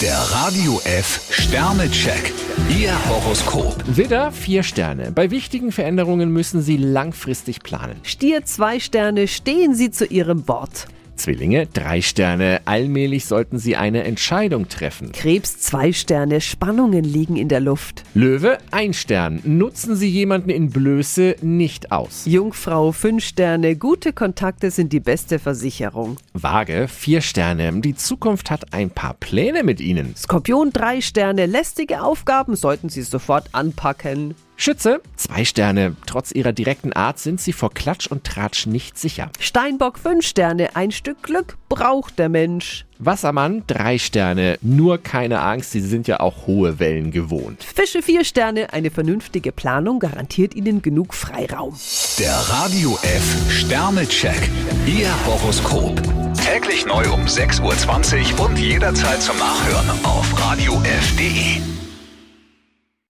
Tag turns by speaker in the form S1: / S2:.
S1: Der Radio F Sternecheck. Ihr Horoskop.
S2: Widder, vier Sterne. Bei wichtigen Veränderungen müssen Sie langfristig planen.
S3: Stier zwei Sterne, stehen Sie zu Ihrem Wort.
S2: Zwillinge, drei Sterne. Allmählich sollten Sie eine Entscheidung treffen.
S3: Krebs zwei Sterne, Spannungen liegen in der Luft.
S2: Löwe, ein Stern. Nutzen Sie jemanden in Blöße nicht aus.
S3: Jungfrau fünf Sterne, gute Kontakte sind die beste Versicherung.
S2: Waage, vier Sterne. Die Zukunft hat ein paar Pläne mit Ihnen.
S3: Skorpion drei Sterne, lästige Aufgaben sollten Sie sofort anpacken.
S2: Schütze, zwei Sterne. Trotz Ihrer direkten Art sind Sie vor Klatsch und Tratsch nicht sicher.
S3: Steinbock fünf Sterne, ein Stück Glück braucht der Mensch.
S2: Wassermann, drei Sterne. Nur keine Angst, Sie sind ja auch hohe Wellen gewohnt.
S3: Fische vier Sterne, eine vernünftige Planung garantiert Ihnen genug Freiraum.
S1: Der Radio F Sternecheck. Ihr Horoskop. Täglich neu um 6.20 Uhr und jederzeit zum Nachhören auf Radio